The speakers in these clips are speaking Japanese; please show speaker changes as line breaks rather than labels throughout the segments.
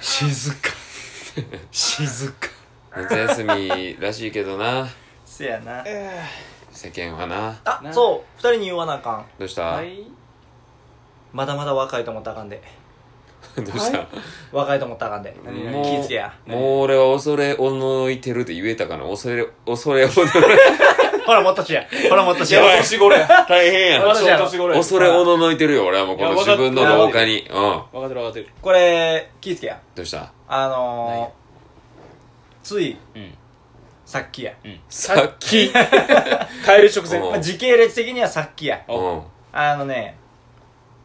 静か静か
夏休みらしいけどな
せやな
世間はな
あ
な
そう二人に言わなあかん
どうした、
はい
まだまだ若いと思ったらあかんで
どうした、
は
若いと思ったらあかんで
何々
もう
気ぃつけや
もう俺は恐れおのいてるって言えたかな恐れ恐れおの
ほらもっとしやほらもっとし
い
や
やばい年
頃や
大変やん
私
私
は
は
年
年頃 や
恐れおののいてるよ俺はもうこの
いやわか
自
っ
分の廊下にうん
分かってる分かってる
これ気ぃつけや
どうした
あ
何
の
や
ー、つい
うん
さっきや、
さっき
帰る直前
うん
まあ、時系列的にはさっきや
あ
うん
あのね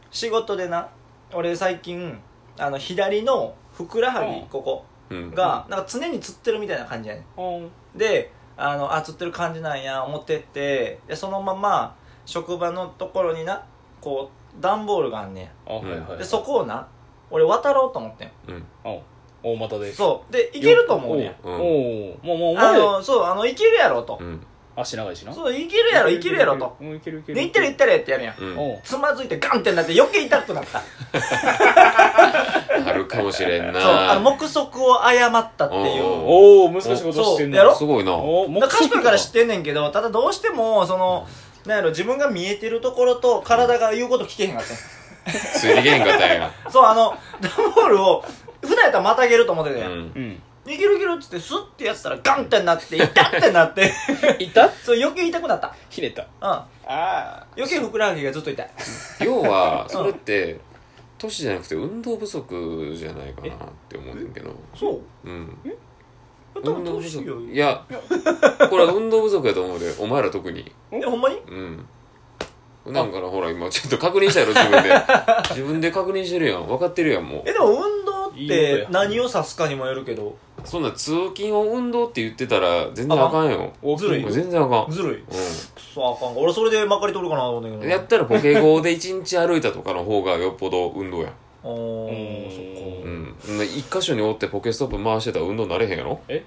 仕事でな俺最近あの左のふくらはぎ、
うん
ここ
うん
が、なんか常につってるみたいな感じやね
うん
んであのあつってる感じなんや思っててでそのまま職場のところになこう段ボールがあんね
あはいは
ん
い
でそこをな俺渡ろうと思ってん
うん
うん大股で
そうでいけると思うねん
お
うん
おもうもう
あ
もう
のそうあのいけるやろと、
うん
足長いしな
そういけるやろいけるやろと
うんいけるいける
でいったれいったれってやるやん
うん
おう
つまずいてガンってなって余計痛くなった
あるかもしれん
そうあ
な
の目測を誤ったっていう
おお難しいことして
そ
ん
うや
な
ろ
すごいな
おお
だから賢いから知っててんねんけどただどうしてもそのなんやろ自分が見えてるところと体が言うこと聞けへんかったんや
ついてけへんかったんや
そうあの段ボールを普段やったらまたげると思って
う
て、
ん
うん
いけるいけるっつってスッてやってたらガンってなって痛ってなって
いた
そう余計痛くなった
ひねった
うん
ああ
余計ふくらはぎがずっと痛い
要はそれって年じゃなくて運動不足じゃないかなって思うねんだけど
そう
うん
多
運
分
動
どう
不
し
足
よう
いやこれは運動不足やと思うでお前ら特に
えほんまに
うんなんかなほら今ちょっと確認したやろ自 分で自分で確認してるやん分かってるやんも
えでも運動っ
いいよ
て
や
何を指すかにもよるけど
うそんな通勤を運動って言ってたら全然あかんよ
ずるいよ
全然あかん
ずるい
うん
くそあかんか俺それでまかり取るかなと思うんだけど
やったらポケゴーで1日歩いたとかの方がよっぽど運動やん
おー
うん
そっ
う
か
ん一箇所におってポケストップ回してたら運動になれへんやろ
え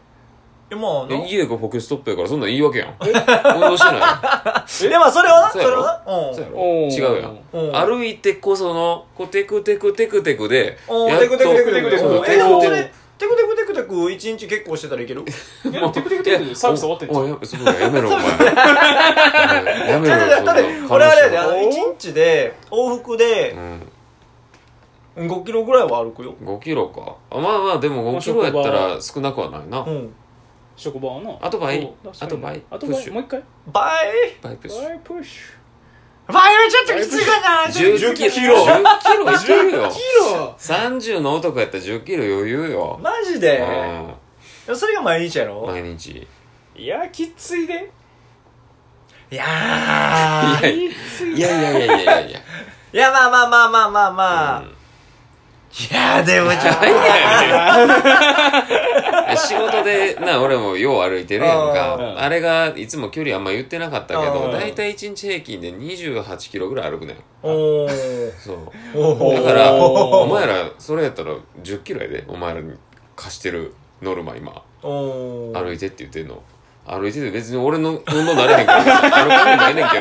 まあな
え家がポケストップやからそんなんいいわけやん運動してない
えでもそれはな
そ
そ
うや
れ
ろ
はなうん
そうやろ
おー
違うやん
うん
歩いてこそのこうテクテクテクテクで
おー
やっ
テ
と
クテクテクテクテク
そう
えでもそれ
テ
テクテクテクテク一日結構してたらいける
いやテクテクテクでサービス終わってんじゃん
おいやそうだやめろお前やめ
じ
ろ
ゃ
よ
あじゃあだって
そんな
俺あれやであの
おー
一日で往復で5キロぐらいは歩くよ
うん5キロかあまあまあでも5キロやったら少なくはないな
うん
職場はな
あと倍
そう確かに
あと倍
あと
プッシ
倍
ュ
もう一回
バイ
バイプッシュ
倍プッシ
バイはちょっときついかなちょっと
10キロ10キ
10キ
ロ
ロ
いけるよ
ュキロ
30の男やったら10キロ余裕よ
マジ
う
で
ん
それが毎日やろ
毎日
いやきついで
いやー
いや
きつい
いやいやいやいやいや
いやまあまあまあまあまあまあ
うん
いやーでもちょっと
仕事でな俺もよう歩いてるやん
うん
かあれがいつも距離あんま言ってなかったけ
う
ど
ん
大体1日平均で2 8キロぐらい歩くねん
おー
そう
お
だ
ー
から
お
お
ー
前らそれやったら1 0キロやでお前らに貸してるノルマ今
おー
歩いてって言ってんの歩いてて別に俺の運動なれへんから歩かんないねんけ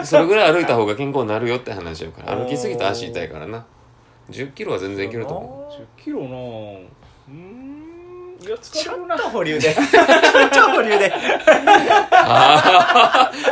どそれぐらい歩いた方が健康になるよって話やから歩きすぎたら足痛いからな1 0キロは全然いけると思
10キロなぁうーんいや
ち
疲れ
ょっ
るな
と保留で。 ちょっと保留で。
うは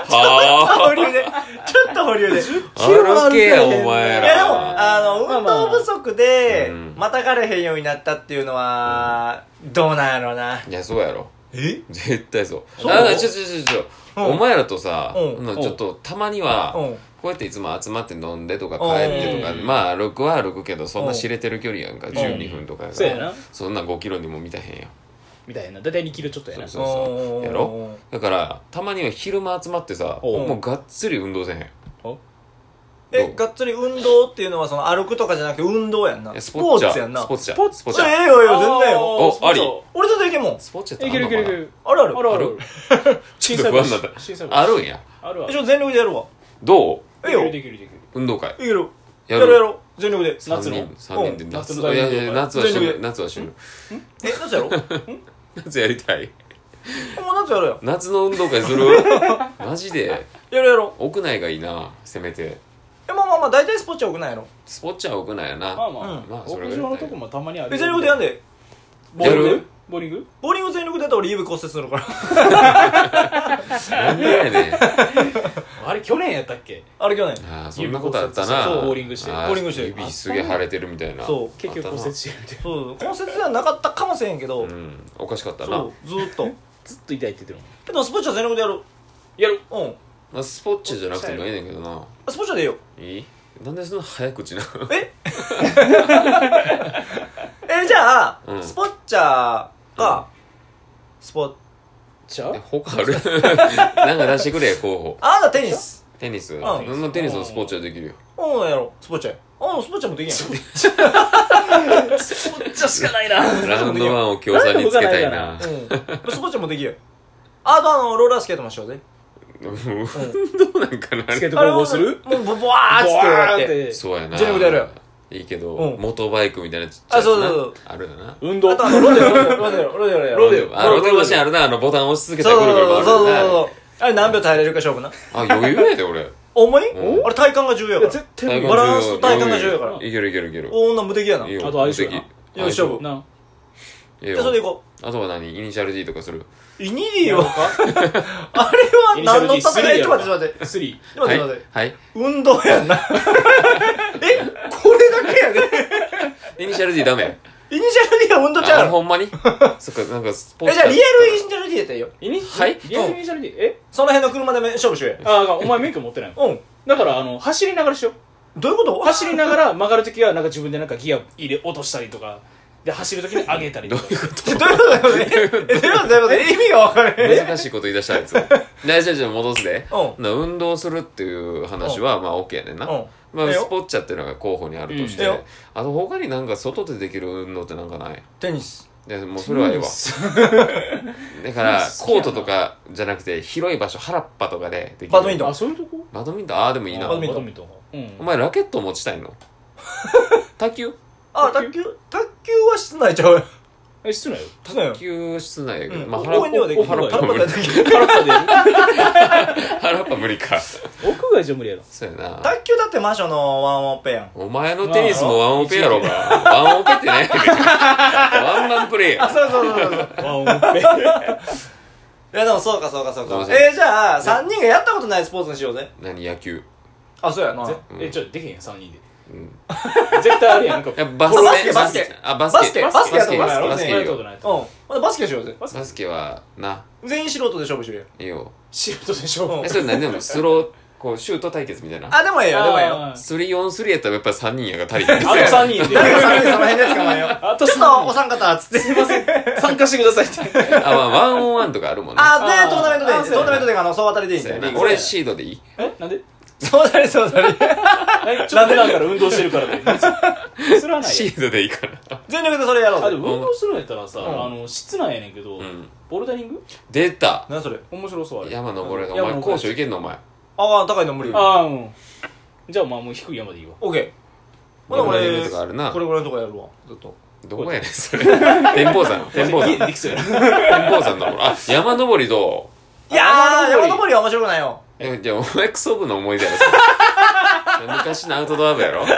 あ
保留で。ちょっと保留で。い
歩けやお前ら
やでも、あの、運動不足で
うん、
またがれへんようになったっていうのは、どうなんやろうな。
いやそうやろ
え
絶対そう
そう
あちょちょちょちょ、
うん
お前らとさ、
うん
なちょっとたまに
う
は
ん。
こうやっていつも集まって飲んでとか帰ってとか
うん
まあ歩くは歩くけどそんな知れてる距離やんか12分とかやか
そうや
ら
な
そんな5キロにも満たへんやん
みたいな大体2キロちょっとやな
そうそうそうやろだからたまには昼間集まってさ
おう
もうがっつり運動せへんど
お
え、
う
がっつり運動っていうのは、その歩くとかじゃなくて運動やん
いや
な。ス
スポ
ポ
ッチ
ー
ャ
ツやんな。
スポッチャ
スポーツ
スポッチャ
ええよええよ、全然よ。
おあり
俺だといけんもん。
スポッチャって
えいけるいけるいける
あるある。
あるある
ちょっと不安になった
小さい
あるんや
あるあ
え
る
ちょ、全力でやるわ。
どう
ええよ。い
できるできるできる
運動会
ける。
やる
やろうやろう。全力で。
三人
夏
三
の
人で夏
うん
いやいや夏は死
全力
ぬ
で
夏は死ぬ
え、夏やろもう
夏やりたい
夏やろうよ。
夏の 運動会するマジで
やろうやろう。
屋内がいいなせめて
え、まあまあまあ大体スポッチャ多くないやろ
スポッチャー多くないよな
まあまあ、
うん
まあそれ
屋
ぐらい
上のとこもたまにある
え全力でやんで
ボーリング
やる
ボーリング
ボーリング全力でやったら俺指骨折するから
なんでやねん
あれ去年やったっけ
あれ去年
ああそんなことあったな
そうボーリングして
ああ
ボーリングして
指すげえ腫れてるみたいな
そう
結局骨折してるみたいな
そう骨折ではなかったかもしれんけど、
うんおかしかったな
そうずーっと
ずっと痛いって言ってるもん
けどスポッチャ全力でやる
やる
うん
まあスポッチャじゃなくてもええねんけどな
スポッチャでいいよ
いいなんでそんな早口な
え えじゃあ、
うん
スポッチャーか、スポッ
じゃあ
他あるなんか出してくれ候補
あなたテニス
テニス
ん
そんなテニスのスポッチャできるよ
うんやろスポッチャーあスポッチャーもできんやん
そっちゃしかないな
ラウンドワンを京さんにつけたいな
うん、スポーツもできるよあとあのローラースケートもしようぜ
うん どうなんかな
スケート
あれ
ボーする
もうボボワーッつってやって
そうやな
全力でやるよ
いいけど、
うん
モトバイクみたいなちっちゃい
あ
やつな
そうそうそう
あるよな
運動
あとあのロデオロデオロデオロデオ
ロデオ
あロードマシンあるなあのボタン押し続けた
そう
ら
そ
ぐるぐる回
う
る
そうそうそうあれ何秒耐えれるか勝負な
あ余裕やで俺
お前
うん
あれ体幹が重要
いや
やから
絶対無
バ
理
ランスと体幹が重要やから
いけるいけるいける
お女無敵やない
い
で
よ
あと相性やな
無敵
よいしょ
な
ええよ
それでいこ
あとは何イニシャル D とかする
うイニーよあれは何の戦いちょっと待って
スリ
ちょっと待ってちょっと待ってちょっと
はいはい
待って運動やん なえこれだけやで
イニシャル D ダメ
イニシャル D は運動ちゃ
あ
うやろ
ほんまにそっかなんかスポー
え
ツ
じゃあリアルイニシャル D やったらいいよ
ーイニシ
はい
リアルイニシャル D え
その辺の車で勝負しようや
ああお前免許持ってないの
うん
だからあの走りながらしよう
どういうこと
走りながら曲がるときはなんか自分でなんかギア入れ落としたりとかで走るときに上げたりとか
どういうことだよね。え、どういうことだよね。意味が分からへん。
難しいこと言い出したやつ大丈夫じゃあ戻すで
うん
な運動するっていう話はまあ OK やねんな
うん
ま
ええ
あ
よ
スポッチャっていうのが候補にあるとし
うん
て
ええよ
あと他になんか外でできる運動ってなんかない
テニス。
でもうそれはええわだからコ
好きや
ー
な
トとかじゃなくて広い場所原っぱとかでできる
バドミントン
あそういうとこ
バドミントンああでもいいな
あ
バドミントン
うん
お前ラケット持ちたい の卓球
あ、卓球卓球は室内ちゃうよ。
え室内よ
室内よ
卓。球室内やけど、
うん
まあ
公園ではできる。
原っぱ
原っ
無
ぱ
理
でできる
空っぽでやる
原っぱ無理か
屋外じゃ無理やろ
そうやな
卓球だってマンションのワンオペやん。
お前のテニスもワンオペやろうがワンオペってねワンマンプレー
あ、
や
そうそうそうそう。
あオッ
いや、でもそうかそうかそう
ど
か
う。せ
えー、じゃあ、3人がやったことないスポーツにしようぜ。
何野球
あ、そうやな。
えちょっとできへん3人で
うん
絶対あれやんな
い
ん
や
か
バ
あバス
ス
ケ
ケ
バスケ
あバス
バス
ケ
ケ、バスケやったことないやろ
バスケいい
やったこと
よ
ないと
うん。ほんでバスケしようぜ。
バスケはな
全員素人で勝負しようよ。
いいよ
素人でしょ
えそれ何でもス ローこうシュート対決みたいな
あ、でもええよ、でもええよ。
あー
3on3 やったらやっぱり3人やが足りない
あと3人で
その辺で捕まえよう。
あ と
ちょっとお
3
三方、つって。
人すいませ ん参加してくださいって
あ、まあ、ワンオンワンとかあるもんね。
あ、
あ
で、
ー
トーナメントでいいんで。
あーそうや
トー
な
ナメントで、あの、総当たりでいいん
そう
で
や。な
リーグ
俺シードでいい
えなんで
総当たり、総当たり。
えちょっと普段から運動してるからでそれはない
シードでいいから。
全力でそれやろうぜ
あでも運動するんやったらさ
ん
あの室内やねんけど
うん。
ボルダリング
出た
何それ
面白そうあれ
山登れる
うん
お前、
山登れ
高所いけんのお前。
ああ高いの無理よ
ああうんじゃあまあもう低い山でいいわ
オッケーほな
登れ
俺
るとかあるな
こ。れぐらいのとこやるわずっと
どこやねん、それ。天保山。 天保
家で
山。
できそうやな
天保山 登ろう。あ、山登りど
いやー山
山登り
登りは面白くないよ
ういや、じゃあお前クソ部の思い出やろ。それ昔のアウトドア部やろじ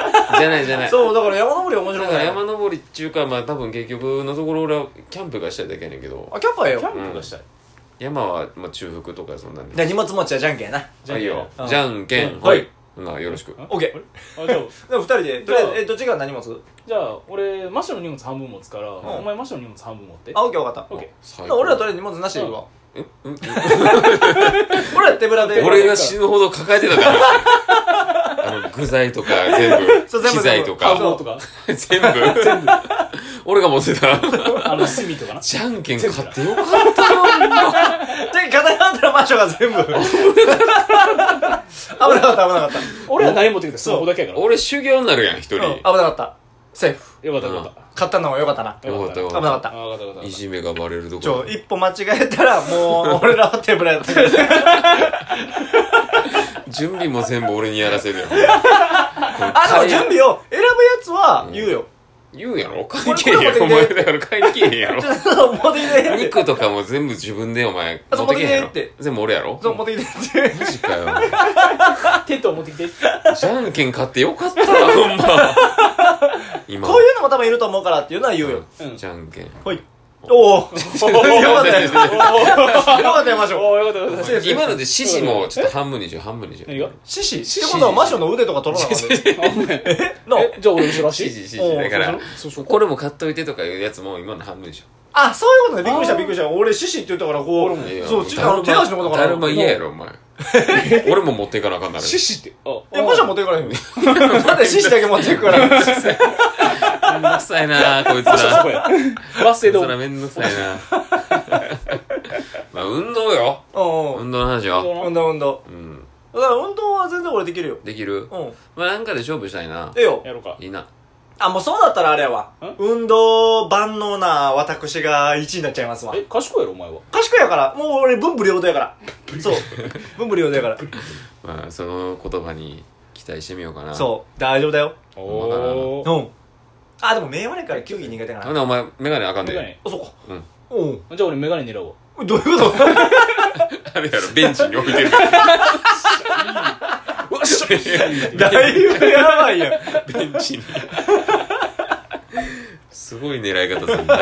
ゃないじゃない。
そうだから山登りは面
だ
白く
か
な
ら
い
山登りっちゅうか、まあ多分結局のところ俺はキャンプがしたいだけやねんけど、
あキャンプはええ
キャ
よ
ンプがしたい
山はまあ中腹とかそんなんで。
じゃあ荷物持ちはじゃんけんやな
じ
じ
ゃ
ゃ
ん
あいいよ
う
けん
ん。
じゃんけん。
はい。
ほな、よろしく。
あ
オッケー
あじゃあ
でも二人でとりあえずえどっちが何持つ
じゃあ俺マッシュの荷物半分持つからお前マッシュの荷物半分持って
あオッケー分かっ
オッケ
最
た
高
俺らとりあえず荷物なしでいくわ
えうん
俺ら手ぶらで
俺が死ぬほど抱えてたからあの具材とか全部
そう全部
機材と
ーカー
か
ボーとか
全部俺が持ってた
あの炭とかな
じゃんけん買ってよかったよ
で片山あんたのマンションが全部 危なかった危なかった
俺は何も持ってきたスマホだけやから
俺修行になるやん一人
うん危なかったセーフ
よかったよかっ
買ったのはよかったな
た
よかったよ
危
か
な
っ
かったた
あ分かった分かっ
いじめがバレると
ち
こ
ょ、一歩間違えたら、もう、俺らは手ぶらやったけど。
準備も全部俺にやらせるよ
あ、でも準備を選ぶやつは、言うよ。
言うやろ買い切れへんやろお前だから買い切れへんやろ
ちょっと持ってきてって
肉とかも全部自分でお前
あそ
持
う
ってけへんやろ
持ってきてっ
全部俺やろ
そう持ってきてって
マジかよ
テントを持ってきて
じゃんけん買ってよかったなほんま今
こういうのも多分いると思うからっていうのは言うよ
うん
じゃんけん
ほいおおよかったよよ かったよマショ
おおよかったよかった
今ので指示もちょっと半分にしよう半分にしよう
何が
獅子ってことはマショの腕とか取らなかった
あお前
な
えじゃあ俺後ろ足
指示指示だから
そうしよう
これも買っといてとかいうやつも今の半分でしょ
ああそういうことねびっくりしたびっくりした俺獅子って言ったからこ
俺も
いや
うそうちあ
だる
の
ま
手足のことか
だるま
ら
嫌やろお前俺も持っていかなあかんな る
獅子ってあ
えマショ持っていかれへんよなんで獅子だけ持っていくから
めんどくさいなこいつ
あそ
ら
こやバス
こ
停
い
で
つらめんどくさいな まあ運動よ
うんうん
運動の話よ
運動運動
うん
だから運動は全然俺できるよ
できる
うん
まあなんかで勝負したいな
ええよ
やろうか
いいな
あもうそうだったらあれやわ
ん
運動万能な私が1位になっちゃいますわ
え賢いやろお前は
賢いやからもう俺文武両道やからそう文武両道やから
まあその言葉に期待してみようかな
そう大丈夫だよ
お
お
お
うんあでも目悪いから球技苦手かな
ほなお前メガネあかん
メガ
で
ネ
あそうか
うん
うん
じゃあ俺メガネ狙うわ
どういうこと
あれやろベンチに置いてる
うわっしゃ
だいぶやばいやん
ベンチにすごい狙い方するな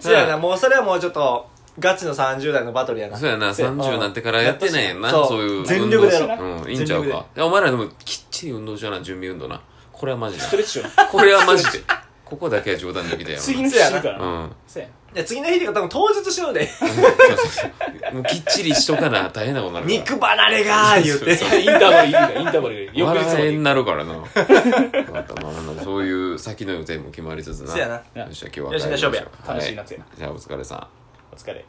そうやなもうそれはもうちょっとガチの30代のバトルやな
そうやな30になってからやってないやんな
そう
そういう
全力でや
運
ろ
動しうんいいんちゃう
全
かいやお前らでもきっちり運動しような準備運動なこれはマジ
ス
だ
トレッチしよ う
これはマジでここだけは冗談できだよ
次の日死ぬから
う
なんそうや
いや次の日とか多分当日しようで
そうそうそうもうきっちりしとかな大変なことになるから
肉離れがー言うて
そう
インターバルいいからインターバルがいい翌日ま
笑え
で行
に
く
なるからなまたまあなんかそういう先の予定も決まりつつな
そうや
よっしゃ今日は
よし
帰りましょう
勝負
は
や
い
楽しい夏やな
じゃあお疲れさん
お疲れ